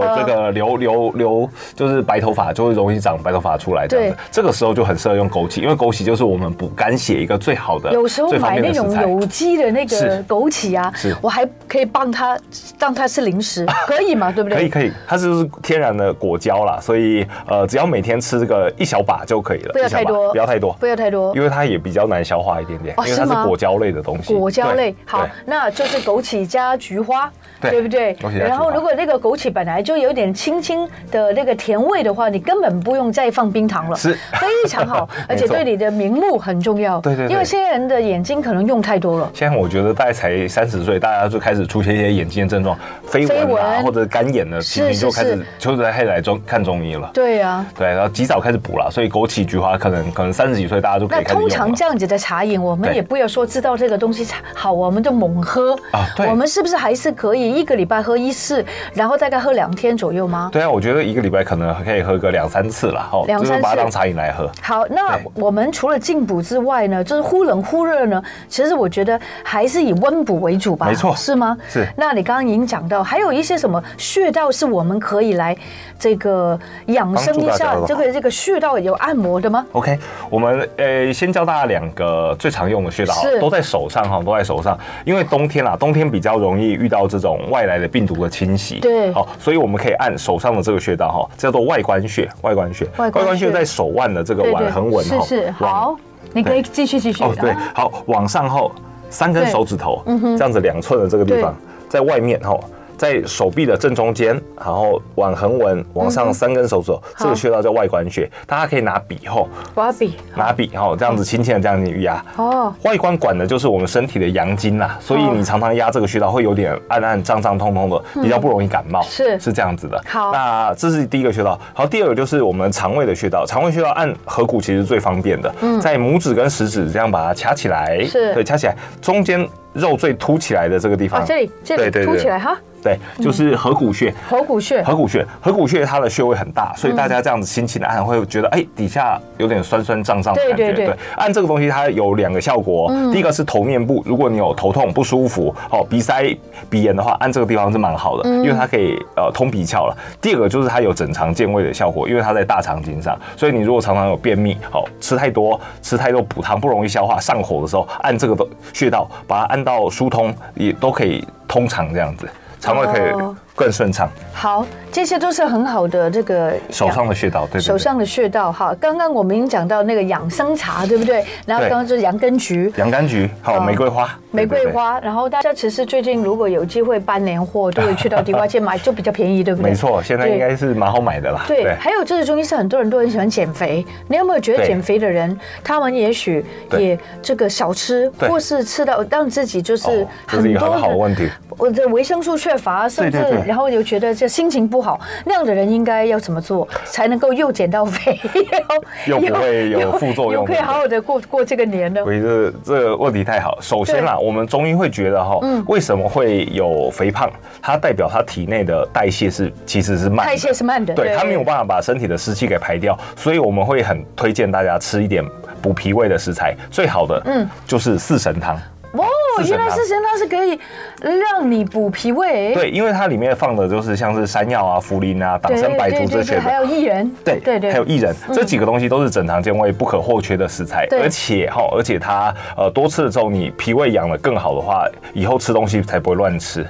B: 易
A: 呃
B: 有这个留留留，就是白头发就会容易长白头发出来这样子
A: 对。
B: 这个时候就很适合用枸杞，因为枸杞就是我们补肝血一个最好的、
A: 有时候
B: 最方
A: 买
B: 便
A: 那
B: 的食
A: 种
B: 材。
A: 有机的那个
B: 是
A: 枸杞啊
B: 是，
A: 我还可以帮他让他吃零 食，可以嘛？对不对？
B: 可以可以，它就是天然的果胶啦，所以呃，只要每天吃这个一小把就可以了，
A: 不要
B: 一小
A: 太
B: 把
A: 多，
B: 不要太多，
A: 不要太多
B: 因。为它也比较难消化一点点，
A: 哦
B: 因为它
A: 是
B: 是
A: 吗
B: 果胶类的东西。
A: 果胶类
B: 对，
A: 好
B: 对，
A: 那就是枸杞加菊花，
B: 对
A: 对不对
B: 枸杞加？菊花
A: 然后如果那个枸杞本来就有点清清的那个甜味的话，你根本不用再放冰糖了，
B: 是，
A: 非常好而且
B: 没错
A: 对你的明目很重要。
B: 对对对
A: 因为现在人的眼睛可能用太多了。
B: 现在我觉得大概才三十岁，大家就开始出现一些眼睛的症状，飞
A: 飞
B: 蚊啊
A: 蚊
B: 或者干眼的情
A: 是
B: 形，
A: 是
B: 就开始
A: 是
B: 就是开始来中看中医了。
A: 对啊，
B: 对，然后及早开始补了，所以枸杞、菊花可能可能三十几岁大家就可
A: 那
B: 以开始
A: 通
B: 用了。
A: 常这样子的茶饮，我们
B: 对
A: 也不要说知道这个东西好，我们就猛喝
B: 啊对
A: 我们是不是还是可以一个礼拜喝一次，然后大概喝两天左右吗？
B: 对啊，我觉得一个礼拜可能可以喝个两三次啦，哦，
A: 两
B: 就
A: 三次
B: 是把它当茶饮来喝。
A: 好，那
B: 对
A: 我们除了进补之外呢，就是忽冷忽热呢，其实我觉得还是以温补为主吧，
B: 没错
A: 是吗？
B: 是
A: 那你刚刚已经讲到，还有一些什么穴道是我们可以来这个养生一
B: 帮助大
A: 下
B: 家，的
A: 这个这个穴道有按摩的吗？
B: OK，我们呃先教大家两个最常用的穴道好了
A: 是，
B: 都在手上哈，都在手上。因为冬天啦，啊冬天比较容易遇到这种外来的病毒的侵袭，
A: 对
B: 好，所以我们可以按手上的这个穴道哈，叫做外关穴，外关穴，
A: 外关穴
B: 在手腕的这个腕横纹
A: 是
B: 哈，
A: 是
B: 往
A: 好，你可以继续继续。啊
B: 哦对，好，往上后三根
A: 对嗯
B: 手指头这样子两寸的这个地方，在外面哈。在手臂的正中间，然后往横纹往
A: 嗯
B: 上三根手指头，这个穴道叫外关穴，大家可以拿笔后
A: 我要比
B: 拿笔后这样子轻轻的这样子去压。
A: 哦，
B: 外观管的就是我们身体的阳经啦，所以你常常压这个穴道会有点暗暗胀胀痛痛的，比较不容易感冒。
A: 嗯是
B: 是这样子的。
A: 好
B: 那这是第一个穴道。好，第二个就是我们肠胃的穴道，肠胃穴道按合谷其实最方便的，在拇指跟食指这样把它掐起来，
A: 嗯是
B: 对，掐起来，中间肉最凸起来的这个地
A: 哦
B: 方，
A: 这里这
B: 啊对
A: 里
B: 对
A: 凸
B: 对
A: 起来哈，
B: 对，就是合谷穴。
A: 合谷穴
B: 合谷穴，合谷穴它的穴位很
A: 嗯
B: 大，所以大家这样子轻轻的按，会觉得哎、底下有点酸酸胀胀的
A: 对
B: 感觉。
A: 对对嗯
B: 按这个东西它有两个效果哦、第一个是头面部，如果你有头痛不舒服，哦，鼻塞、鼻炎的话，按这个地方是蛮好
A: 嗯
B: 的，因为它可以呃通鼻窍了。第二个就是它有整肠健胃的效果，因为它在大肠经上，所以你如果常常有便秘，哦，吃太多吃太多补汤不容易消化，上火的时候按这个的穴道，把它按到疏通，也都可以通肠这样子，肠胃可以
A: 哦
B: 更顺畅。
A: 好，这些都是很好的这个
B: 手上的穴道，对对对
A: 手上的穴道哈。刚刚我们已经讲到那个养生茶，对不对？然后
B: 对
A: 刚刚就是洋甘菊。
B: 洋甘菊，好、
A: 嗯
B: 玫瑰花，
A: 玫
B: 对
A: 瑰
B: 对对
A: 花，然后大家其实最近如果有机会搬年货，都会去到地瓜街买，就比较便宜，对不对？
B: 没错，现在
A: 对
B: 应该是蛮好买的啦。
A: 对，还有这个中医是很多人都很喜欢减肥。你有没有觉得
B: 对
A: 减肥的人，他们也许
B: 对
A: 也这个少吃，
B: 对
A: 或是吃到让自己就是
B: 哦这
A: 很
B: 是一个
A: 多
B: 很好的
A: 的呃
B: 问题。
A: 我的维生素缺乏，甚至
B: 对对对
A: 然后又觉得这心情不好，那样的人应该要怎么做才能够又减到肥，
B: 又不会有副作用
A: 又可以好好的过过这个年呢？
B: 所以这这个问题太好。首先啦，我们中医会觉得哈，
A: 嗯
B: 为什么会有肥胖？它代表它体内的代谢是其实是慢的，
A: 代谢是慢的，
B: 对，它没有办法把身体的湿气给排掉，所以我们会很推荐大家吃一点补脾胃的食材。最好的，嗯，就是四神汤。
A: 哦，
B: 四神
A: 原来
B: 汤
A: 四神汤是可以让你补脾胃，
B: 对，因为它里面放的就是像是山药啊、茯苓啊、党
A: 对
B: 参、白
A: 对
B: 术这
A: 对
B: 些
A: 对，
B: 的
A: 还。有薏仁，
B: 对
A: 对对，
B: 还有薏仁，这几个东西都是整肠健胃不可或缺的食材。
A: 对
B: 而且哈，而且它呃多吃了之后，你脾胃养得更好的话，以后吃东西才不会乱吃，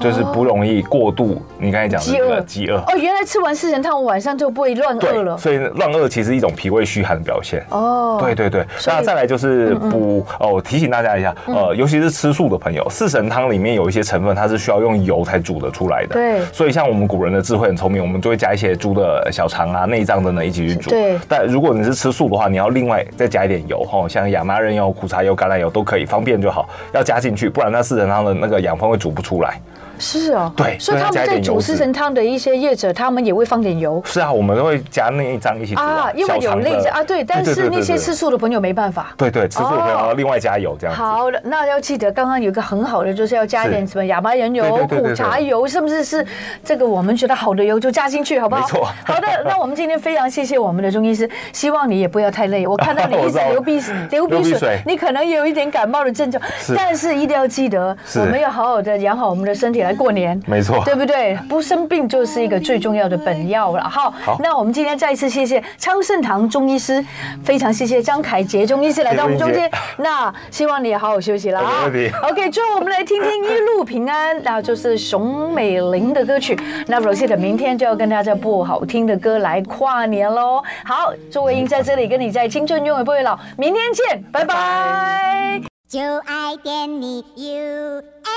B: 就是不容易过度。你刚才讲
A: 哦
B: 的
A: 饥
B: 这个
A: 饿，
B: 饥饿，
A: 哦，原来吃完四神汤，我晚上就不会乱饿
B: 对，
A: 了。
B: 所以乱饿其实是一种脾胃虚寒的表现。
A: 哦，
B: 对，对对，
A: 所以嗯
B: 那再来就是补哦，我提醒大家一下，呃，尤其是吃素的朋友，四神汤里面有一些成分，它是需要用油才煮得出来的。
A: 对
B: 所以像我们古人的智慧很聪明，我们就会加一些猪的小肠啊、内脏等等一起去煮。
A: 对
B: 但如果你是吃素的话，你要另外再加一点油哦，像亚麻仁油、苦茶油、橄榄油都可以，方便就好，要加进去，不然那四神汤的那个养分会煮不出来。
A: 是哦，
B: 对
A: 所以
B: 所以
A: 他
B: 要加
A: 们
B: 一
A: 在
B: 点
A: 煮
B: 油
A: 四
B: 脂
A: 神汤的一些业者，他们也会放点油
B: 是啊，我们都会加内脏一起煮
A: 啊，因为
B: 小
A: 有
B: 肠
A: 内
B: 的
A: 脏啊，对，但
B: 对
A: 是
B: 对对
A: 那些
B: 对
A: 吃素哦的朋友没办法。
B: 对对吃素的朋友要另外加油这样子。
A: 好，那要记得刚刚有一个很好的，就是要加一点
B: 是
A: 什么亚麻仁
B: 对
A: 油、
B: 对对对
A: 苦
B: 对
A: 茶油，甚至是这个我们觉得好的油就加进去，好不好？
B: 没错
A: 好的，那我们今天非常谢谢我们的中医师，希望你也不要太累。我看到你一
B: 我
A: 直
B: 知道
A: 流鼻流
B: 流
A: 鼻
B: 鼻
A: 水
B: 水，
A: 你可能也有一点感冒的症状，
B: 是
A: 但是一定要记得，
B: 是
A: 我们要好好的养好我们的身体来过年。
B: 没错
A: 对不对？不生病就是一个最重要的本药了。好，
B: 好
A: 那我们今天再一次谢谢昌盛堂中医师，非常谢谢张凯杰中医师来到我们中
B: 谢谢
A: 间。 那希望你也好好休息了啊
B: 没问题。
A: OK，最后我们来听听《一路平安》，那就是熊美玲的歌曲。那 Rosita 明天就要跟大家播好听的歌来跨年喽。好，周慧英在这里跟你在青春永远不会老，明天见，拜拜
C: 就爱点你 UFO。